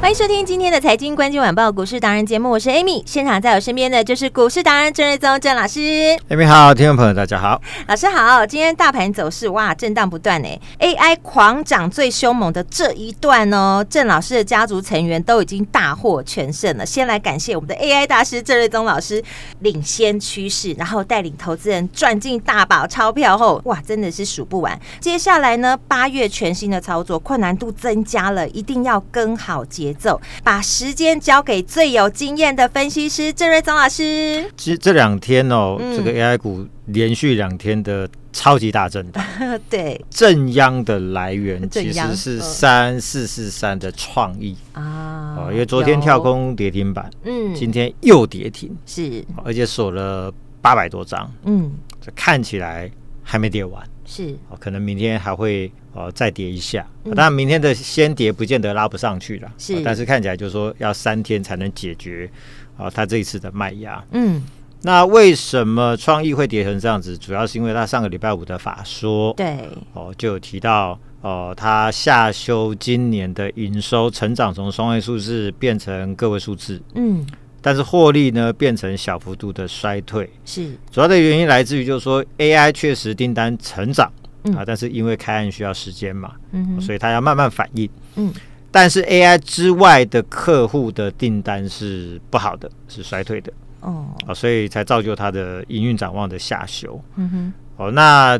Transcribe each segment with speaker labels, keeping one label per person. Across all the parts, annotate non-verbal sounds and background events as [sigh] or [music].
Speaker 1: 欢迎收听今天的财经关键晚报股市达人节目，我是 Amy，现场在我身边的就是股市达人郑瑞宗郑老师，
Speaker 2: 哎，你好，听众朋友，大家好。
Speaker 1: 老师好。今天大盘走势哇震荡不断哎，AI 狂涨最凶猛的这一段哦，郑老师的家族成员都已经大获全胜了。先来感谢我们的 AI 大师郑瑞宗老师领先趋势，然后带领投资人赚进大把钞票后，哇，真的是数不完。接下来呢，八月全新的操作困难度增加了，一定要跟好节奏，把时间交给最有经验的分析师郑瑞宗老师。 [laughs]
Speaker 2: 其实这两天哦，
Speaker 1: 嗯
Speaker 2: 这个 AI 股连续两天的超级大震荡，
Speaker 1: 对
Speaker 2: 正央的来源
Speaker 1: 嗯正
Speaker 2: 其
Speaker 1: 央
Speaker 2: 实是
Speaker 1: 嗯
Speaker 2: 三四四三的创意
Speaker 1: 啊
Speaker 2: 哦，因为昨天跳，空跌停板，
Speaker 1: 有嗯，
Speaker 2: 今天又跌停，
Speaker 1: 是，
Speaker 2: 哦而且锁了八百多张，
Speaker 1: 嗯。
Speaker 2: 这看起来还没跌完。
Speaker 1: 是，
Speaker 2: 哦，可能明天还会呃再跌一下，当然明天的先跌不见得拉不上去了，
Speaker 1: 嗯是
Speaker 2: 哦但是看起来就是说要三天才能解决啊、它这一次的卖压。
Speaker 1: 嗯，
Speaker 2: 那为什么创意会跌成这样子？主要是因为它上个礼拜五的法说，
Speaker 1: 对，
Speaker 2: 哦，就有提到，哦，它下修今年的营收成长从双位数字变成个位数字，
Speaker 1: 嗯，
Speaker 2: 但是获利呢变成小幅度的衰退。
Speaker 1: 是，
Speaker 2: 主要的原因来自于就是说 AI 确实订单成长
Speaker 1: 嗯
Speaker 2: 啊，但是因为开案需要时间嘛，
Speaker 1: 嗯哼，
Speaker 2: 所以它要慢慢反应。
Speaker 1: 嗯，
Speaker 2: 但是 AI 之外的客户的订单是不好的，是衰退的。
Speaker 1: 哦，
Speaker 2: 啊，所以才造就它的营运展望的下修。
Speaker 1: 嗯哼，
Speaker 2: 哦，那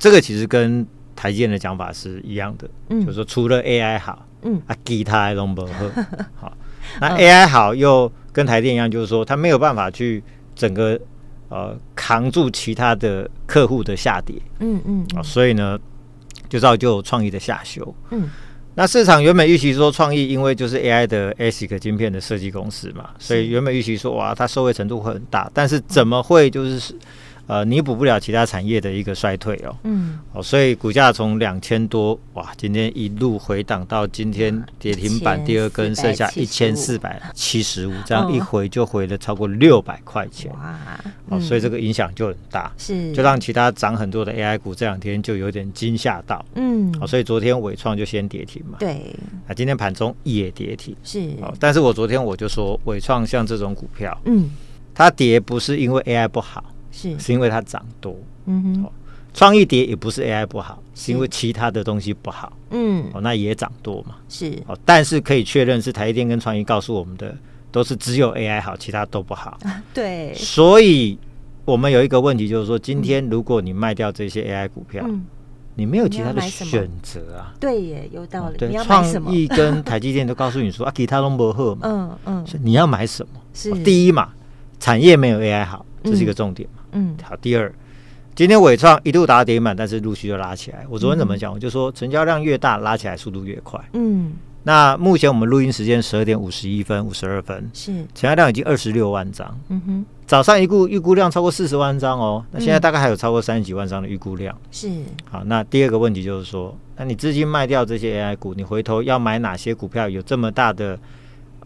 Speaker 2: 这个其实跟台积电的讲法是一样的，
Speaker 1: 嗯
Speaker 2: 就是说除了 AI 好，
Speaker 1: 嗯，
Speaker 2: 啊，其他
Speaker 1: [laughs]
Speaker 2: 都不好。好，那 AI 好又跟台积电一样，就是说它没有办法去整个呃扛住其他的客户的下跌
Speaker 1: 嗯嗯，
Speaker 2: 啊、所以呢，就造就创意的下修。
Speaker 1: 嗯，
Speaker 2: 那市场原本预期说创意，因为就是 AI 的 ASIC 晶片的设计公司嘛，所以原本预期说哇，它受惠程度会很大，但是怎么会就是呃弥补不了其他产业的一个衰退哦？
Speaker 1: 嗯，
Speaker 2: 哦，所以股价从两千多哇，今天一路回档到今天跌停板第二根，剩下一千四百七十五，这样一回就回了超过六百块钱
Speaker 1: 嗯哇，嗯
Speaker 2: 哦，所以这个影响就很大，
Speaker 1: 是，
Speaker 2: 就让其他涨很多的 AI 股这两天就有点惊吓到。
Speaker 1: 嗯，
Speaker 2: 哦，所以昨天伟创就先跌停嘛，
Speaker 1: 对，
Speaker 2: 啊，今天盘中也跌停。
Speaker 1: 是，
Speaker 2: 哦，但是我昨天我就说，伟创像这种股票，
Speaker 1: 嗯，
Speaker 2: 它跌不是因为 AI 不好，
Speaker 1: 是，
Speaker 2: 是因为它涨多；
Speaker 1: 嗯哼，
Speaker 2: 创意跌也不是 AI 不好，是因为其他的东西不好。
Speaker 1: 嗯，
Speaker 2: 哦，那也涨多嘛。
Speaker 1: 是，
Speaker 2: 哦，但是可以确认是台积电跟创意告诉我们的，都是只有 AI 好，其他都不好。
Speaker 1: 对，
Speaker 2: 所以我们有一个问题就是说，今天如果你卖掉这些 AI 股票，
Speaker 1: 嗯，
Speaker 2: 你没有其他
Speaker 1: 你要
Speaker 2: 的
Speaker 1: 买什么
Speaker 2: 选择啊。
Speaker 1: 对耶，有道
Speaker 2: 哦
Speaker 1: 理。你
Speaker 2: 对，
Speaker 1: 要买什么
Speaker 2: 创？意跟台积电都告诉你说啊，其他都不好嘛。
Speaker 1: 嗯 [laughs] 嗯，
Speaker 2: 所以你要买什么？
Speaker 1: 是
Speaker 2: 哦第一嘛，产业没有 AI 好，这是一个重点嘛。
Speaker 1: 嗯，
Speaker 2: 好，第二，今天伟创一度打跌停板，但是陆续就拉起来。我昨天怎么讲？我就说成交量越大，拉起来速度越快。
Speaker 1: 嗯，
Speaker 2: 那目前我们录音时间十二点五十一分、五十二分，
Speaker 1: 是，
Speaker 2: 成交量已经二十六万张，
Speaker 1: 嗯哼，
Speaker 2: 早上预估预估量超过四十万张哦。那现在大概还有超过三十几万张的预估量。
Speaker 1: 是，
Speaker 2: 好，那第二个问题就是说，那你资金卖掉这些 AI 股，你回头要买哪些股票有这么大的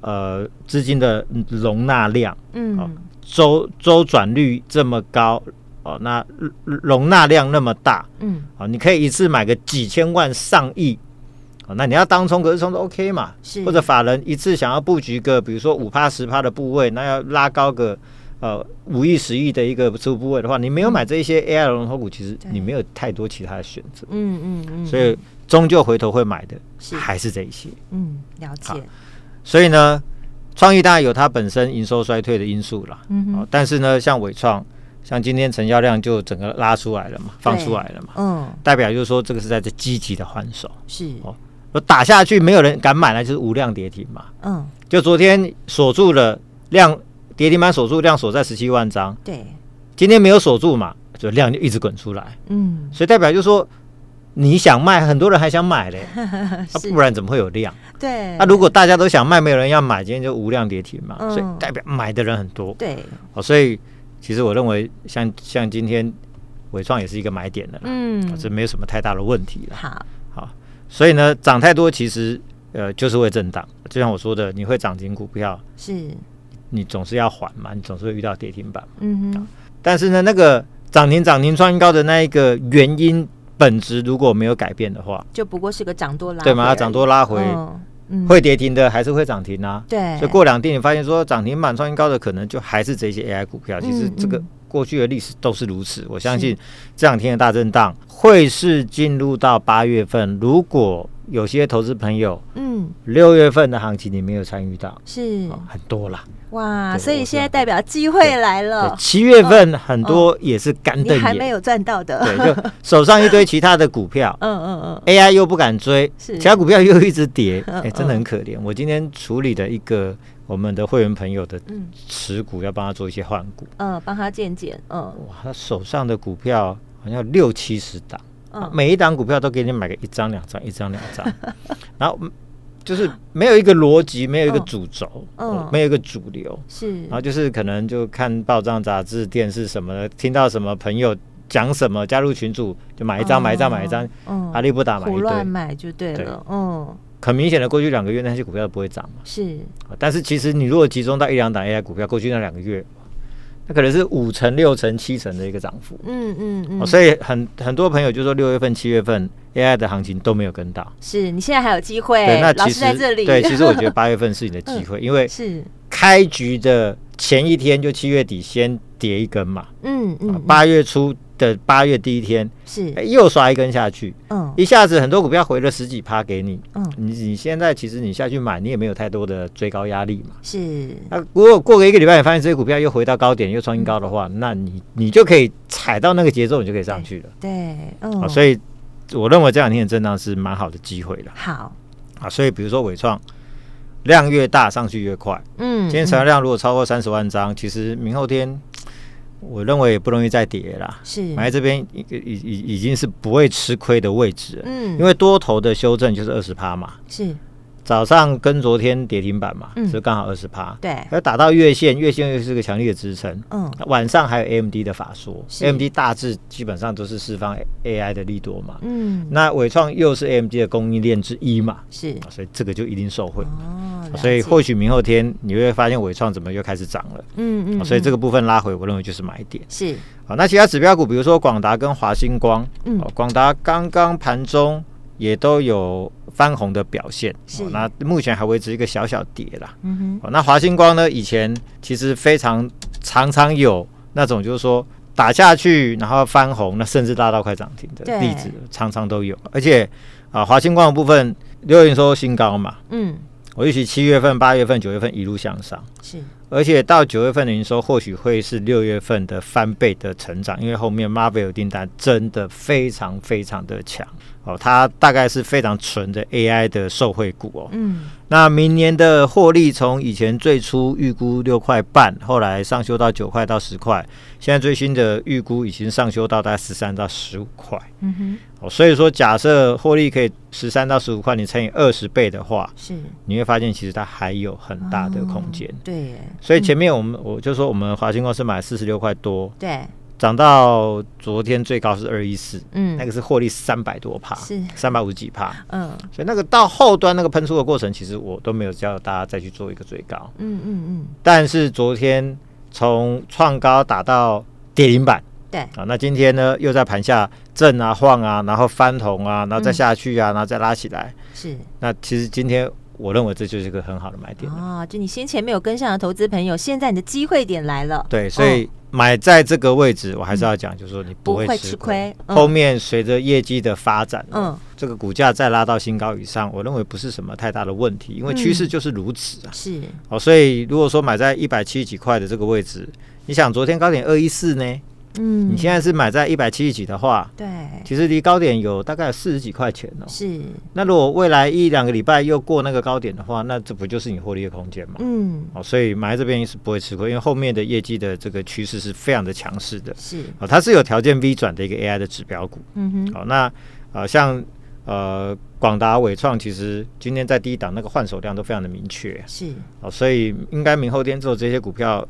Speaker 2: 呃资金的容纳量？好
Speaker 1: 嗯，
Speaker 2: 周周转率这么高哦，那容容纳量那么大
Speaker 1: 嗯，
Speaker 2: 哦，你可以一次买个几千万、上亿哦，那你要当冲可是冲都 OK 嘛
Speaker 1: 是，
Speaker 2: 或者法人一次想要布局个，比如说五趴、十趴的部位，那要拉高个。呃，五亿、十亿的一个持股部位的话，你没有买这一些 AI 龙头股，其实你没有太多其他的选择，
Speaker 1: 嗯嗯嗯，
Speaker 2: 所以终究回头会买的
Speaker 1: 是
Speaker 2: 还是这一些。
Speaker 1: 嗯，了解，
Speaker 2: 所以呢，创意当然有它本身营收衰退的因素啦。
Speaker 1: 嗯哼
Speaker 2: 哦，但是呢，像伟创，像今天成交量就整个拉出来了嘛，放出来了嘛，
Speaker 1: 嗯，
Speaker 2: 代表就是说这个是在这积极的还手。
Speaker 1: 是，
Speaker 2: 哦我打下去没有人敢买，那就是无量跌停嘛。
Speaker 1: 嗯，
Speaker 2: 就昨天锁住了量跌停板锁住量锁在十七万张，
Speaker 1: 对，
Speaker 2: 今天没有锁住嘛，就量就一直滚出来，
Speaker 1: 嗯，
Speaker 2: 所以代表就是说你想卖，很多人还想
Speaker 1: [laughs]
Speaker 2: 买嘞，啊、
Speaker 1: 是
Speaker 2: 不然怎么会有量？
Speaker 1: 对，
Speaker 2: 那、如果大家都想卖，没有人要买，今天就无量跌停嘛，
Speaker 1: 哎嗯
Speaker 2: 所以代表买的人很多。
Speaker 1: 对，
Speaker 2: 哦，所以其实我认为像像今天伟创也是一个买点的啦，
Speaker 1: 嗯
Speaker 2: 哦，这没有什么太大的问题啦。
Speaker 1: 好，
Speaker 2: 所以呢，涨太多其实呃就是会震荡，就像我说的，你会涨停股票，
Speaker 1: 是，
Speaker 2: 你总是要还嘛，你总是会遇到跌停板嘛。
Speaker 1: 嗯哼，
Speaker 2: 但是呢，那个涨停涨停创高的那一个原因本质如果没有改变的话，
Speaker 1: 就不过是个涨多拉，
Speaker 2: 对吗？要涨多拉回，
Speaker 1: 嗯，嗯
Speaker 2: 会跌停的还是会涨停啊。
Speaker 1: 对，
Speaker 2: 所以过两天你发现说涨停板创新高的可能就还是这些 AI 股票，其实
Speaker 1: 嗯
Speaker 2: 这个
Speaker 1: 嗯
Speaker 2: 过去的历史都是如此。我相信这两天的大震荡会是进入到八月份，如果有些投资朋友
Speaker 1: 嗯
Speaker 2: 六月份的行情你没有参与到，
Speaker 1: 是
Speaker 2: 哦很多啦。
Speaker 1: 哇，
Speaker 2: 对
Speaker 1: 所以
Speaker 2: 我
Speaker 1: 现在
Speaker 2: 想
Speaker 1: 代表机会来
Speaker 2: 对
Speaker 1: 了，
Speaker 2: 七月份很多也是干瞪
Speaker 1: 嗯你还没
Speaker 2: 眼，
Speaker 1: 有赚到的，。
Speaker 2: 对，就手上一堆其他的股票
Speaker 1: [laughs] 嗯嗯嗯，
Speaker 2: AI 又不敢追，
Speaker 1: 是
Speaker 2: 其他股票又一直跌，
Speaker 1: 嗯
Speaker 2: 哎、真的很可怜。我今天处理的一个我们的会员朋友的
Speaker 1: 嗯
Speaker 2: 持股，要帮他做一些换股，
Speaker 1: 嗯，帮他见解，嗯
Speaker 2: 哇，他手上的股票好像六七十档，
Speaker 1: 嗯，
Speaker 2: 每一档股票都给你买个一张、两张、一张、两张， [laughs] 然后嗯就是没有一个逻辑，没有一个
Speaker 1: 嗯
Speaker 2: 主轴，
Speaker 1: 嗯
Speaker 2: 哦没有一个主流，
Speaker 1: 是
Speaker 2: 然，后就是可能就看报章、杂志、电视什么的，听到什么朋友讲什么，加入群组就买一张、买一张、买一张，
Speaker 1: 嗯
Speaker 2: 阿力不打买一
Speaker 1: 胡乱
Speaker 2: 堆。
Speaker 1: 买就对
Speaker 2: 对
Speaker 1: 了，嗯，
Speaker 2: 很明显的，过去两个月那些股票都不会涨嘛。
Speaker 1: 是，
Speaker 2: 啊但是其实你如果集中到一两档 AI 股票，过去那两个月，那可能是五成、六成、七成的一个涨幅。
Speaker 1: 嗯嗯嗯，
Speaker 2: 哦，所以很很多朋友就说六月份、七月份 AI 的行情都没有跟到。
Speaker 1: 是你现在还有机会，
Speaker 2: 对，那
Speaker 1: 老
Speaker 2: 其
Speaker 1: 师在
Speaker 2: 实
Speaker 1: 这里，嗯
Speaker 2: 对，其实我觉得八月份是你的机会，因为
Speaker 1: [laughs] 是，
Speaker 2: 开局的前一天就七月底先跌一根嘛，
Speaker 1: 嗯
Speaker 2: 啊
Speaker 1: 嗯，
Speaker 2: 八、月初的八月第一天、哎
Speaker 1: 是，
Speaker 2: 又刷一根下去，
Speaker 1: 嗯
Speaker 2: 一下子很多股票回了十几趴给你。
Speaker 1: 嗯
Speaker 2: 你你现在其实你下去买，你也没有太多的追高压力嘛。
Speaker 1: 是，
Speaker 2: 那如果过个一个礼拜，你发现这些股票又回到高点，又创新高的
Speaker 1: 嗯
Speaker 2: 话，那你你就可以踩到那个节奏，你就可以上去了。
Speaker 1: 对，
Speaker 2: 啊，
Speaker 1: 嗯，
Speaker 2: 所
Speaker 1: 以
Speaker 2: 以我认为这两天的震荡是蛮好的机会了
Speaker 1: 好，
Speaker 2: 啊。所以比如说伟创量越大，上去越快。
Speaker 1: 嗯，
Speaker 2: 今天成交量如果超过三十万张，其实明后天我认为也不容易再跌啦。
Speaker 1: 嗯是，
Speaker 2: 买在这边已已已已经是不会吃亏的位置了，
Speaker 1: 嗯，
Speaker 2: 因为多头的修正就是二十趴嘛。
Speaker 1: 是
Speaker 2: 早上跟昨天跌停板嘛，
Speaker 1: 嗯
Speaker 2: 就刚好二十趴，
Speaker 1: 对，
Speaker 2: 要打到月线，月线又是个强力的支撑。
Speaker 1: 嗯
Speaker 2: 晚上还有 AMD 的法说
Speaker 1: 是
Speaker 2: ，AMD 大致基本上都是释放 AI 的利多嘛。
Speaker 1: 嗯，
Speaker 2: 那伟创又是 AMD 的供应链之一嘛，
Speaker 1: 是
Speaker 2: 啊所以这个就一定受惠。啊
Speaker 1: 哦，了
Speaker 2: 所以
Speaker 1: 解
Speaker 2: 或许明后天你会发现伟创怎么又开始涨了，
Speaker 1: 嗯
Speaker 2: 啊
Speaker 1: 嗯，
Speaker 2: 所以这
Speaker 1: 个
Speaker 2: 个部分拉回，我认为就是买点。
Speaker 1: 是
Speaker 2: 好，那其他指标股，比如说广达跟华星光，
Speaker 1: 嗯
Speaker 2: 哦广达刚刚盘中也都有翻红的表现，
Speaker 1: 是
Speaker 2: 哦那目前还维持一个小小跌啦。
Speaker 1: 嗯哼
Speaker 2: 哦，那华星光呢，以前其实非常常常有那种就是说打下去，然后翻红，那甚至拉到快涨停的
Speaker 1: 对
Speaker 2: 例子，常常都有。而且啊，华星光的部分六月说新高嘛，
Speaker 1: 嗯
Speaker 2: 我预期七月份、八月份、九月份一路向上。
Speaker 1: 是
Speaker 2: 而且到九月份的营收或许会是六月份的翻倍的成长，因为后面 Marvel 订单真的非常非常的强哦，它大概是非常纯的 AI 的受惠股哦。
Speaker 1: 嗯
Speaker 2: 那明年的获利从以前最初预估六块半，后来上修到九块到十块，现在最新的预估已经上修到大概十三到十五块
Speaker 1: 嗯哼
Speaker 2: 哦。所以说，假设获利可以十三到十五块，你乘以二十倍的话，
Speaker 1: 是
Speaker 2: 你会发现其实它还有很大的空间。
Speaker 1: 哦对耶
Speaker 2: 所以前面我们、我就说我们华兴公司买四十六块多，
Speaker 1: 对
Speaker 2: 涨到昨天最高是二一四，
Speaker 1: 嗯
Speaker 2: 那个是获利三百多趴，
Speaker 1: 是
Speaker 2: 三百五十几趴，
Speaker 1: 嗯
Speaker 2: 所以那个到后端那个喷出的过程，其实我都没有叫大家再去做一个追高，
Speaker 1: 嗯嗯嗯
Speaker 2: 但是昨天从创高打到跌停板。
Speaker 1: 对
Speaker 2: 啊，那今天呢，又在盘下震啊、晃啊，然后翻红啊，然后再下去啊，然后再拉起来。
Speaker 1: 是
Speaker 2: 那其实今天我认为这就是一个很好的买点了。
Speaker 1: 哦，就你先前没有跟上的投资朋友，现在你的机会点来了，
Speaker 2: 对，所以买在这个位置，我还是要讲，就是说你不会
Speaker 1: 哦不会吃
Speaker 2: 吃
Speaker 1: 亏
Speaker 2: 亏。
Speaker 1: 嗯
Speaker 2: 后面随着业绩的发展，
Speaker 1: 嗯
Speaker 2: 这个股价再拉到新高以上，我认为不是什么太大的问题，因为趋
Speaker 1: 嗯
Speaker 2: 势就是如此啊。
Speaker 1: 是
Speaker 2: 哦，所以如果说买在一百七几块的这个位置，你想昨天高点二一四呢，
Speaker 1: 嗯，
Speaker 2: 你现在是买在一百七十几的话，
Speaker 1: 对
Speaker 2: 其实离高点有大概四十几块钱哦。
Speaker 1: 是，
Speaker 2: 那如果未来一两个礼拜又过那个高点的话，那这不就是你获利的空间吗？
Speaker 1: 嗯
Speaker 2: 哦，所以买在这边是不会吃亏，因为后面的业绩的这个趋势是非常的强势的。
Speaker 1: 是，
Speaker 2: 哦，它是有条件 V 转的一个 AI 的指标股。
Speaker 1: 嗯哼，
Speaker 2: 好、那呃，像呃广达、伟创，其实今天在低档那个换手量都非常的明确
Speaker 1: 是，
Speaker 2: 哦，所以应该明后天之后这些股票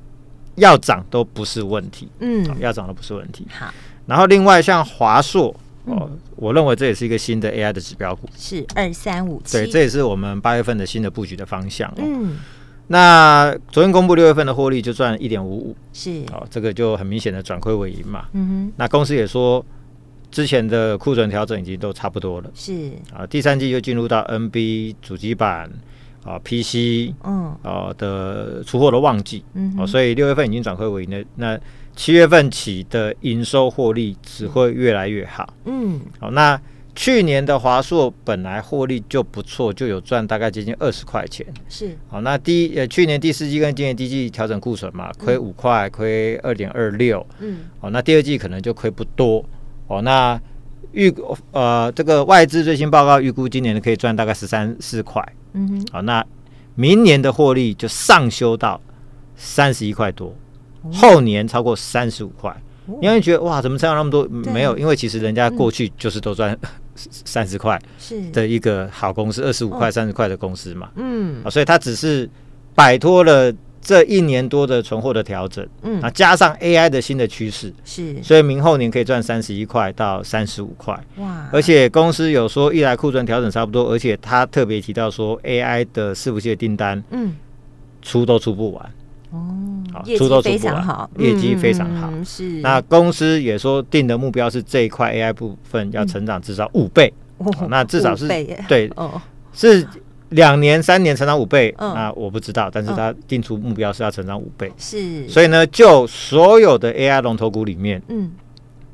Speaker 2: 要涨都不是问题，哦
Speaker 1: 嗯，
Speaker 2: 要涨都不是问题。
Speaker 1: 好，嗯
Speaker 2: 然后另外像华硕哦，我认为这也是一个新的 AI 的指标股，
Speaker 1: 是二三五七，
Speaker 2: 对，这也是我们八月份的新的布局的方向、哦。
Speaker 1: 嗯
Speaker 2: 那昨天公布六月份的获利就赚一点五五，
Speaker 1: 是，
Speaker 2: 哦，这个就很明显的转亏为盈嘛。
Speaker 1: 嗯
Speaker 2: 那公司也说，之前的库存调整已经都差不多了。
Speaker 1: 哼，是，
Speaker 2: 啊，第三季就进入到 NB 主机板啊 PC
Speaker 1: 嗯
Speaker 2: 啊的出货的旺季
Speaker 1: 嗯
Speaker 2: 哦，
Speaker 1: 哼，
Speaker 2: 所以六月份已经转亏为盈了。那七月份起的营收获利只会越来越好。
Speaker 1: 嗯
Speaker 2: 好、那去年的华硕本来获利就不错，就有赚大概接近二十块钱。
Speaker 1: 是，
Speaker 2: 好、那第一呃去年第四季跟今年第一季调整库存嘛，亏五块，亏二点二六。
Speaker 1: 嗯
Speaker 2: 哦，那第二季可能就亏不多哦。那预呃，这个外资最新报告预估今年可以赚大概十三四块
Speaker 1: 嗯哼，
Speaker 2: 哦。那明年的获利就上修到三十一块多，后年超过三十五块。你会觉得哇，怎么差那么多？嗯
Speaker 1: 对
Speaker 2: 没有，因为其实人家过去就是都赚 [laughs] 三十块
Speaker 1: 是，
Speaker 2: 的一个好公司，二十五块、三十块的公司嘛，
Speaker 1: 嗯
Speaker 2: 啊，所以它只是摆脱了这一年多的存货的调整，
Speaker 1: 嗯
Speaker 2: 啊，加上 AI 的新的趋势，
Speaker 1: 是，
Speaker 2: 所以明后年可以赚三十一块到三十五块，
Speaker 1: 哇，
Speaker 2: 而且公司有说一来库存调整差不多，而且他特别提到说 AI 的伺服器的订单
Speaker 1: 嗯
Speaker 2: 出都出不完，
Speaker 1: 哦
Speaker 2: 好，
Speaker 1: 业
Speaker 2: 出
Speaker 1: 绩
Speaker 2: 都出
Speaker 1: 非
Speaker 2: 不
Speaker 1: 常
Speaker 2: 完
Speaker 1: 好，
Speaker 2: 啊业绩非常好
Speaker 1: 嗯是， [laughs]
Speaker 2: 那公司也说定的目标是这一块 AI 部分
Speaker 1: 嗯
Speaker 2: 要成长至少五倍，
Speaker 1: 哦
Speaker 2: 那至少是
Speaker 1: 五倍耶
Speaker 2: [laughs] 对
Speaker 1: 哦，
Speaker 2: 是两年三年成长五倍，
Speaker 1: 嗯
Speaker 2: 那我不知道，但是他定出目标是要成长五倍，
Speaker 1: 是，以
Speaker 2: 所以呢，就所有的 AI 龙头股里面，
Speaker 1: 嗯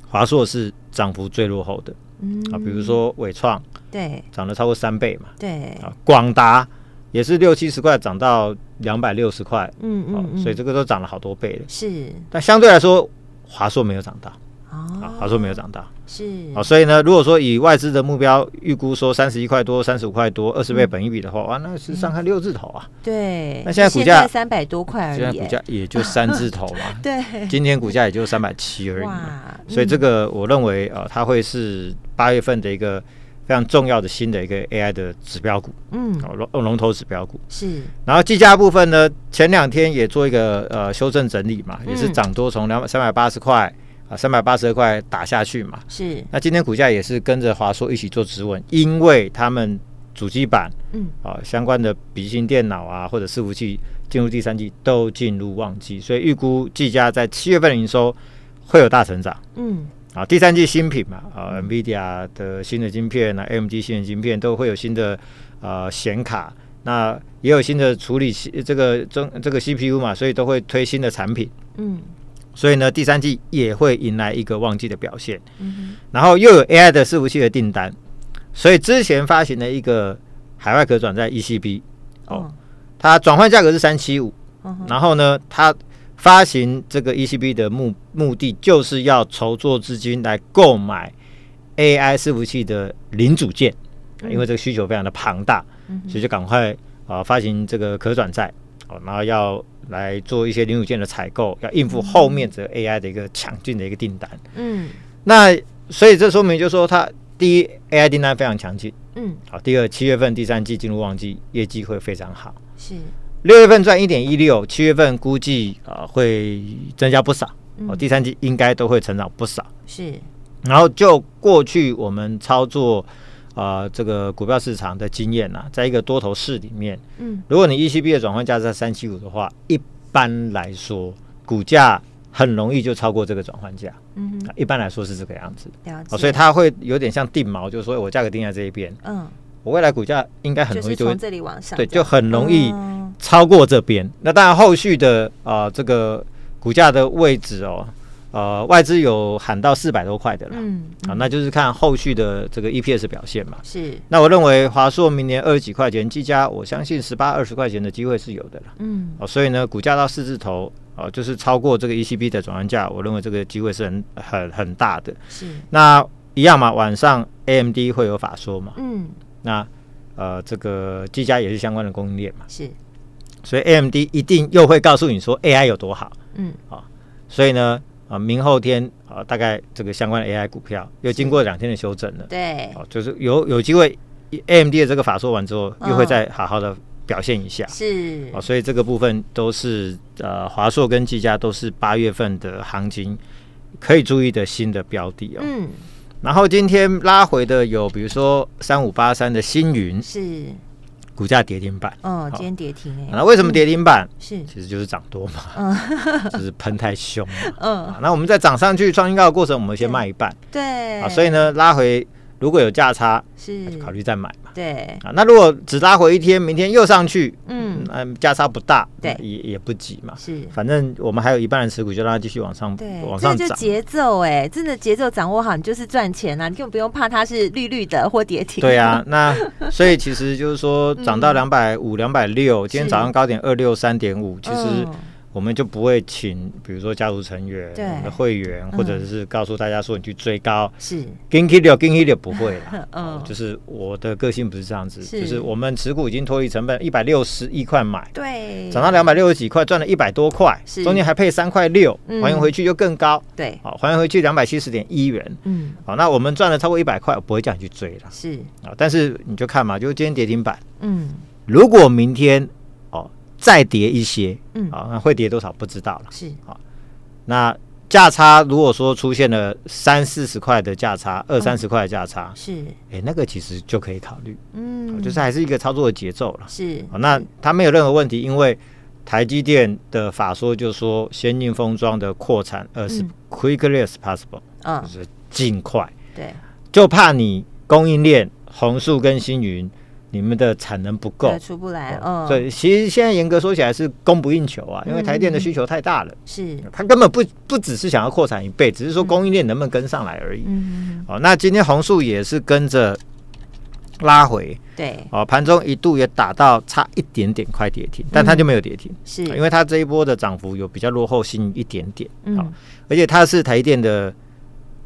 Speaker 2: 华硕是涨幅最落后的
Speaker 1: 嗯
Speaker 2: 啊，比如说伟创
Speaker 1: 对
Speaker 2: 涨了超过三倍嘛。
Speaker 1: 对，
Speaker 2: 啊，广达也是六七十块涨到两百六十块，
Speaker 1: 嗯
Speaker 2: 哦
Speaker 1: 嗯，嗯，
Speaker 2: 所以这个都涨了好多倍了。
Speaker 1: 是
Speaker 2: 但相对来说，华硕没有涨到啊
Speaker 1: 哦，，
Speaker 2: 华硕没有涨到
Speaker 1: 是
Speaker 2: 啊，所以呢，如果说以外资的目标预估说三十一块多、三十五块多、二十
Speaker 1: 嗯
Speaker 2: 倍本一比的话，哇，那是上看六字头啊，
Speaker 1: 对，
Speaker 2: 那现在股价
Speaker 1: 三百多块而已
Speaker 2: 现在
Speaker 1: 耶，，
Speaker 2: 股价也就三字头嘛
Speaker 1: [laughs] 对，
Speaker 2: 今天股价也就三百七而已嘛，
Speaker 1: 哇，
Speaker 2: 所以这
Speaker 1: 嗯
Speaker 2: 个我认为呃，它会是八月份的一个。非常重要的新的一个 AI 的指标股，
Speaker 1: 嗯
Speaker 2: 哦龙龙头指标股，
Speaker 1: 是
Speaker 2: 然后计价部分呢，前两天也做一个呃修正整理嘛，也是涨多从两三百八十块啊三百八十二块打下去嘛。
Speaker 1: 是
Speaker 2: 那今天股价也是跟着华硕一起做止稳，因为他们主机板
Speaker 1: 嗯
Speaker 2: 啊相关的笔记型电脑啊或者伺服器进入第三季都进入旺季，所以预估技嘉在七月份的营收会有大成长。
Speaker 1: 嗯
Speaker 2: 啊，第三季新品嘛，啊、n v i d i a 的新的晶片啊，AMD 新的晶片都会有新的呃显卡，那也有新的处理器这个中这个 CPU 嘛，所以都会推新的产品，
Speaker 1: 嗯
Speaker 2: 所以呢，第三季也会迎来一个旺季的表现，
Speaker 1: 嗯
Speaker 2: 然后又有 AI 的伺服器的订单，所以之前发行的一个海外可转 E 债 ECB
Speaker 1: 哼
Speaker 2: 哦，它转换价格是三七五，
Speaker 1: 嗯哼
Speaker 2: 然后呢，它发行这个 ECB 的目目的就是要筹措资金来购买 AI 伺服器的零组件，因为这个需求非常的庞大，
Speaker 1: 嗯哼
Speaker 2: 所以就赶快啊、发行这个可转债，哦，然后要来做一些零组件的采购，要应付后面这个 AI 的一个强劲的一个订单。
Speaker 1: 嗯
Speaker 2: 那所以这说明就是说它第一 AI 订单非常强劲，
Speaker 1: 嗯
Speaker 2: 好，第二七月份第三季进入旺季，业绩会非常好。
Speaker 1: 是
Speaker 2: 六月份赚一点一六，七月份估计啊、呃会增加不少，哦，
Speaker 1: 嗯
Speaker 2: 第三季应该都会成长不少。
Speaker 1: 是
Speaker 2: 然后就过去我们操作啊、呃这个股票市场的经验呐、在一个多头市里面，
Speaker 1: 嗯
Speaker 2: 如果你 ECB 的转换价是在三七五的话，一般来说股价很容易就超过这个转换价，啊
Speaker 1: 嗯哼
Speaker 2: 一般来说是这个样子。
Speaker 1: 了
Speaker 2: 哦、
Speaker 1: 解，
Speaker 2: 所以它会有点像定锚，就是说我价格定在这一边，
Speaker 1: 嗯
Speaker 2: 我未来股价应该很
Speaker 1: 就
Speaker 2: 容易
Speaker 1: 是
Speaker 2: 就会
Speaker 1: 从这里往上
Speaker 2: 对，
Speaker 1: 这样
Speaker 2: 就很容易
Speaker 1: 嗯
Speaker 2: 超过这边。那当然，后续的啊、呃这个股价的位置哦，呃，外资有喊到四百多块的了，
Speaker 1: 嗯
Speaker 2: 啊，那就是看后续的这个 EPS 表现嘛。
Speaker 1: 是
Speaker 2: 那我认为华硕明年二十几块钱，技嘉我相信十八二十块钱的机会是有的了。
Speaker 1: 嗯
Speaker 2: 哦，所以呢，股价到四字头啊、哦、就是超过这个 ECB 的转换价，我认为这个机会是很很很大的。
Speaker 1: 是，
Speaker 2: 那一样嘛，晚上 AMD 会有法说嘛，
Speaker 1: 嗯，
Speaker 2: 那呃，这个技嘉也是相关的供应链嘛，
Speaker 1: 是，
Speaker 2: 所以 AMD 一定又会告诉你说 AI 有多好，
Speaker 1: 嗯，
Speaker 2: 所以呢，啊、明后天啊、大概这个相关的 AI 股票又经过两天的修正了，
Speaker 1: 对，
Speaker 2: 哦，就是有有机会 AMD 的这个法说完之后，又会再好好的表现一下。
Speaker 1: 是
Speaker 2: 哦，，所以这个部分都是呃，华硕跟技嘉都是八月份的行情可以注意的新的标的哦。
Speaker 1: 嗯，
Speaker 2: 然后今天拉回的有，比如说三五八三的星云，
Speaker 1: 是，
Speaker 2: 股价跌停板。
Speaker 1: 哦，
Speaker 2: 好
Speaker 1: 今天跌停
Speaker 2: 那、
Speaker 1: 哎，
Speaker 2: 为什么跌停板？
Speaker 1: 是，
Speaker 2: 其实就是涨多嘛，
Speaker 1: 嗯
Speaker 2: [laughs] 就是喷太凶了。
Speaker 1: 嗯，
Speaker 2: 啊那我们在涨上去创新高的过程，我们先卖一半
Speaker 1: 对，
Speaker 2: 啊，所以呢，拉回如果有价差，
Speaker 1: 是
Speaker 2: 就考虑再买嘛。
Speaker 1: 对，
Speaker 2: 啊，那如果只拉回一天，明天又上去，
Speaker 1: 嗯
Speaker 2: 嗯，嗯，价差不大，
Speaker 1: 对
Speaker 2: 那也也不急嘛。
Speaker 1: 是。
Speaker 2: 反正我们还有一半的持股，就让它继续往上
Speaker 1: 对，
Speaker 2: 嗯往
Speaker 1: 这
Speaker 2: 上
Speaker 1: 就
Speaker 2: 涨。
Speaker 1: 节奏哎、真的节奏掌握好，你就是赚钱啊啦、你根本不用怕它是绿绿的或跌停。
Speaker 2: 对啊，那所以其实就是
Speaker 1: [laughs]
Speaker 2: 说，
Speaker 1: 嗯
Speaker 2: 涨到两百五、两百六，今天早上高点二六三点五，其实
Speaker 1: 嗯
Speaker 2: 我们就不会请，比如说家族成员、
Speaker 1: 对嗯
Speaker 2: 我们的会员，或者是告诉大家说你去追高
Speaker 1: 是，
Speaker 2: 跟 k i 六跟 k i 六不会
Speaker 1: [laughs]
Speaker 2: 啦。
Speaker 1: 嗯，
Speaker 2: 就是我的个性不是这样子，
Speaker 1: 是
Speaker 2: 就是我们持股已经脱离成本一百六十一块买，
Speaker 1: 对，
Speaker 2: 涨到两百六十几块，赚了一百多块
Speaker 1: 是，
Speaker 2: 中间还配三块六，
Speaker 1: 嗯
Speaker 2: 还原回去就更高，
Speaker 1: 对，
Speaker 2: 好，还原回去两百七十点一元。
Speaker 1: 嗯，
Speaker 2: 好，那我们赚了超过一百块，我不会叫你去追了
Speaker 1: 是，
Speaker 2: 啊。但是你就看嘛，就今天跌停板，
Speaker 1: 嗯
Speaker 2: 如果明天哦再跌一些，
Speaker 1: 嗯，
Speaker 2: 啊，那会跌多少不知道了。
Speaker 1: 是，
Speaker 2: 那价差如果说出现了三四十块的价差，二三十块的价差，
Speaker 1: 是，
Speaker 2: 哎、那个其实就可以考虑，哦
Speaker 1: 嗯，
Speaker 2: 就是还是一个操作的节奏了。
Speaker 1: 是
Speaker 2: 好，那它没有任何问题，因为台积电的法说就说先进封装的扩产，呃，是
Speaker 1: 嗯
Speaker 2: quickly as possible，、就
Speaker 1: 嗯，
Speaker 2: 是尽快，
Speaker 1: 对，
Speaker 2: 就怕你供应链红树跟星云你们的产能不够
Speaker 1: 对，出不来，
Speaker 2: 哦
Speaker 1: 嗯，
Speaker 2: 所以其实现在严格说起来是供不应求啊，因为台
Speaker 1: 嗯
Speaker 2: 电的需求太大了，
Speaker 1: 是，
Speaker 2: 它根本不不只是想要扩产一倍，只是说供应链能不能跟上来而已。
Speaker 1: 嗯，
Speaker 2: 哦，那今天红树也是跟着拉回，
Speaker 1: 对，
Speaker 2: 哦，盘中一度也打到差一点点快跌停，
Speaker 1: 嗯
Speaker 2: 但它就没有跌停，
Speaker 1: 是，
Speaker 2: 因为它这一波的涨幅有比较落后性一点点，
Speaker 1: 嗯
Speaker 2: 好而且它是台电的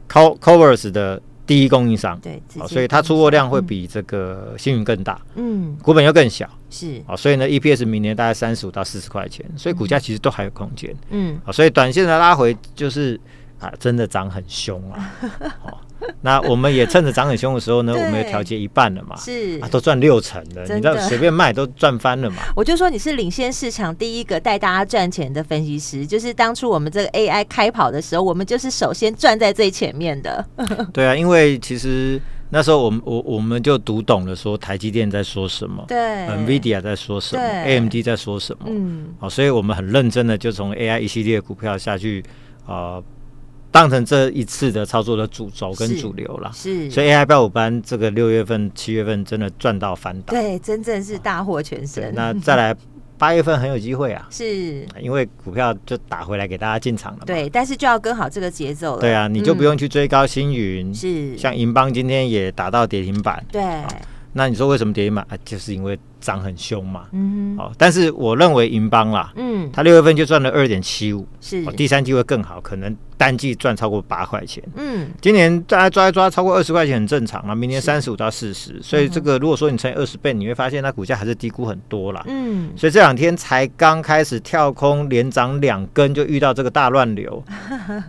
Speaker 2: Co Covers 的第一供应商，
Speaker 1: 对，直
Speaker 2: 哦，
Speaker 1: 接
Speaker 2: 所以它
Speaker 1: 跟
Speaker 2: 出货量会
Speaker 1: 上，
Speaker 2: 比这个星云更大，
Speaker 1: 嗯，嗯
Speaker 2: 股本又更小，
Speaker 1: 是，
Speaker 2: 哦，所以呢 EPS 明年大概三十五到四十块钱，所以股价其实都还有空间，
Speaker 1: 嗯，
Speaker 2: 哦，所以短线的拉回就是啊，真的涨很凶啊，哦，那我们也趁着涨很凶的时候呢，
Speaker 1: 对
Speaker 2: 我们也调节一半了嘛，
Speaker 1: 是
Speaker 2: 啊，。都赚六成了，
Speaker 1: 真的
Speaker 2: 你知道随便卖都赚
Speaker 1: [laughs]
Speaker 2: 翻了嘛？
Speaker 1: 我就说你是领先市场第一个带大家赚钱的分析师，就是当初我们这个 AI 开跑的时候，我们就是首先站在最前面的。
Speaker 2: 对啊，因为其实那时候我们我我们就读懂了，说台积电在说什么呃
Speaker 1: 对
Speaker 2: ，NVIDIA 在说什么
Speaker 1: 对
Speaker 2: ，AMD 在说什么，
Speaker 1: 嗯，
Speaker 2: 哦，所以我们很认真的就从 AI 一系列股票下去，呃，当成这一次的操作的主轴跟
Speaker 1: 是
Speaker 2: 主流啦。
Speaker 1: 是，
Speaker 2: 所以 AI 标五班这个六月份、七月份真的赚到翻档。
Speaker 1: 对，真正是大获全
Speaker 2: 对
Speaker 1: 胜。
Speaker 2: 那
Speaker 1: [laughs]
Speaker 2: 再来八月份很有机会啊，
Speaker 1: 是，
Speaker 2: 因为股票就打回来给大家进场了嘛。
Speaker 1: 对，但是就要跟好这个节奏了。
Speaker 2: 对啊，你就
Speaker 1: 嗯
Speaker 2: 不用去追高星云，
Speaker 1: 是，
Speaker 2: 像银邦今天也打到跌停板，
Speaker 1: 对，
Speaker 2: 那你说为什么跌停板啊？就是因为涨很凶嘛。
Speaker 1: 嗯哼，
Speaker 2: 哦，但是我认为银邦啦，
Speaker 1: 嗯，
Speaker 2: 它六月份就赚了二点七五，
Speaker 1: 是
Speaker 2: 哦，，第三季会更好，可能单季赚超过八块钱。
Speaker 1: 嗯，
Speaker 2: 今年大家抓一抓，超过二十块钱很正常啦。啊明年三十五到四十，所以这个如果说你乘以二十倍，你会发现它股价还是低估很多啦。
Speaker 1: 嗯，
Speaker 2: 所以这两天才刚开始跳空连涨两根，就遇到这个大
Speaker 1: [laughs]
Speaker 2: 乱流。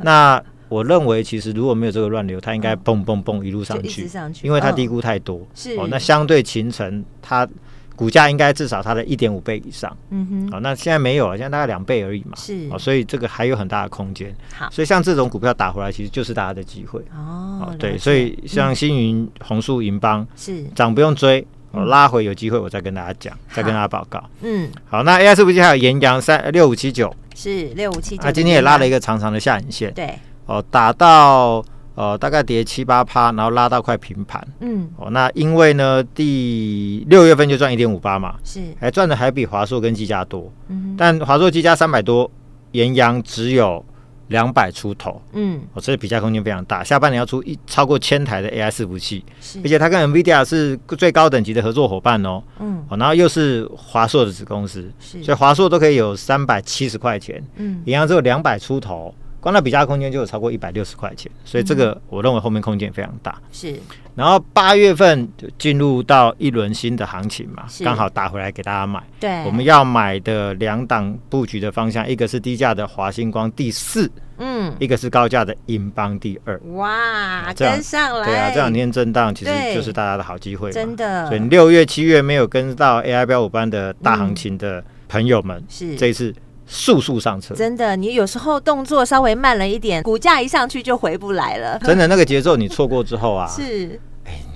Speaker 2: 那我认为，其实如果没有这个乱流，它应该蹦蹦蹦一路上
Speaker 1: 嗯就一
Speaker 2: 去
Speaker 1: 直，上去，
Speaker 2: 因为它
Speaker 1: 嗯
Speaker 2: 低估太多。哦
Speaker 1: 是
Speaker 2: 那相对秦城，它股价应该至少它的一点五倍以上。
Speaker 1: 嗯哼，
Speaker 2: 哦，那现在没有啊，现在大概两倍而已嘛。
Speaker 1: 是啊
Speaker 2: 哦，所以这个还有很大的空间。
Speaker 1: 好
Speaker 2: 所以像这种股票打回来，其实就是大家的机会。
Speaker 1: 哦了
Speaker 2: 对，
Speaker 1: 解
Speaker 2: 所以像星云、红树、银邦
Speaker 1: 是，
Speaker 2: 涨不用追，哦，拉回有机会我再跟大家讲，再跟大家报告。
Speaker 1: 嗯，
Speaker 2: 好，那 AI 伺服器还有延阳三呃六五七九，
Speaker 1: 是六五七，
Speaker 2: 那啊今天也拉了一
Speaker 1: 个，
Speaker 2: 个长长的下影线，
Speaker 1: 对，
Speaker 2: 哦，打到呃大概跌七八趴，然后拉到快平盘。
Speaker 1: 嗯，
Speaker 2: 哦，那因为呢，第六月份就赚一点五八嘛，
Speaker 1: 是，
Speaker 2: 还赚的还比华硕跟技嘉多，
Speaker 1: 嗯哼，
Speaker 2: 但华硕、技嘉三百多，延阳只有两百出头，
Speaker 1: 嗯，
Speaker 2: 哦，所以比价空间非常大。下半年要出一超过千台的 AI 伺服器，
Speaker 1: 是
Speaker 2: 而，且它跟 NVIDIA 是最高等级的合作伙伴哦。
Speaker 1: 嗯
Speaker 2: 哦，然后又是华硕的子公司，
Speaker 1: 是
Speaker 2: 所以华硕都可以有三百七十块钱，
Speaker 1: 嗯
Speaker 2: 银行只有两百出头，光那比价空间就有超过一百六十块钱，所以这
Speaker 1: 嗯
Speaker 2: 个我认为后面空间非常大。
Speaker 1: 是，
Speaker 2: 然后八月份就进入到一轮新的行情嘛
Speaker 1: 是，哎
Speaker 2: 刚好打回来给大家买。
Speaker 1: 对，
Speaker 2: 我们要买的两档布局的方向，一个是低价的华星光第四，
Speaker 1: 嗯，
Speaker 2: 一个是高价的银邦第二。
Speaker 1: 哇，
Speaker 2: 这样
Speaker 1: 跟上来，
Speaker 2: 对啊，这两天震荡其实
Speaker 1: 对
Speaker 2: 就是大家的好机会嘛，
Speaker 1: 真的
Speaker 2: 所以六月、七月没有跟到 AI 标五班的大行情的朋友们，
Speaker 1: 嗯是
Speaker 2: 这一次速速上车。
Speaker 1: 真的，你有时候动作稍微慢了一点，股价一上去就回不来了。
Speaker 2: 真的那个节奏你错过之后
Speaker 1: [laughs]
Speaker 2: 啊，
Speaker 1: 是，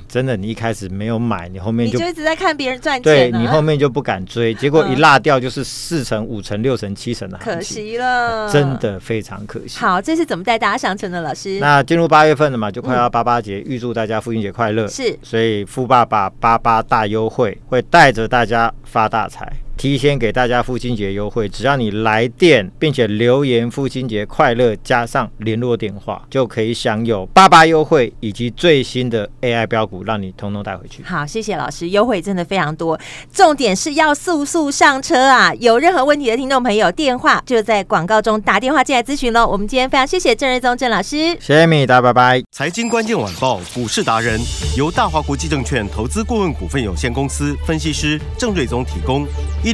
Speaker 2: 真的你一开始没有买，你后面
Speaker 1: 你
Speaker 2: 就
Speaker 1: 就一直在看别人赚
Speaker 2: 对
Speaker 1: 钱呢，
Speaker 2: 你后面就不敢追，结果一
Speaker 1: 嗯
Speaker 2: 落掉就是四成、五成、六成、七成的行
Speaker 1: 可
Speaker 2: 情，
Speaker 1: 惜嗯了，
Speaker 2: 真。的非常可惜。
Speaker 1: 好，这是怎么带大家上车的，老师？
Speaker 2: 那进入八月份了嘛，就快要八八节，预祝大家父亲节快乐。
Speaker 1: 是
Speaker 2: 所以富爸爸八八大优惠会带着大家发大财，提前给大家父亲节优惠，只要你来电并且留言“父亲节快乐”加上联络电话，就可以享有八八优惠以及最新的 AI 标股，让你通通带回去。
Speaker 1: 好，谢谢老师，优惠真的非常多，重点是要速速上车啊！有任何问题的听众朋友，电话就在广告中打电话进来咨询喽。我们今天非常谢谢郑瑞宗郑老师。
Speaker 2: 谢谢米达，拜拜。
Speaker 3: 财经关键晚报股市达人由大华国际证券投资顾问股份有限公司分析师郑瑞宗提供。一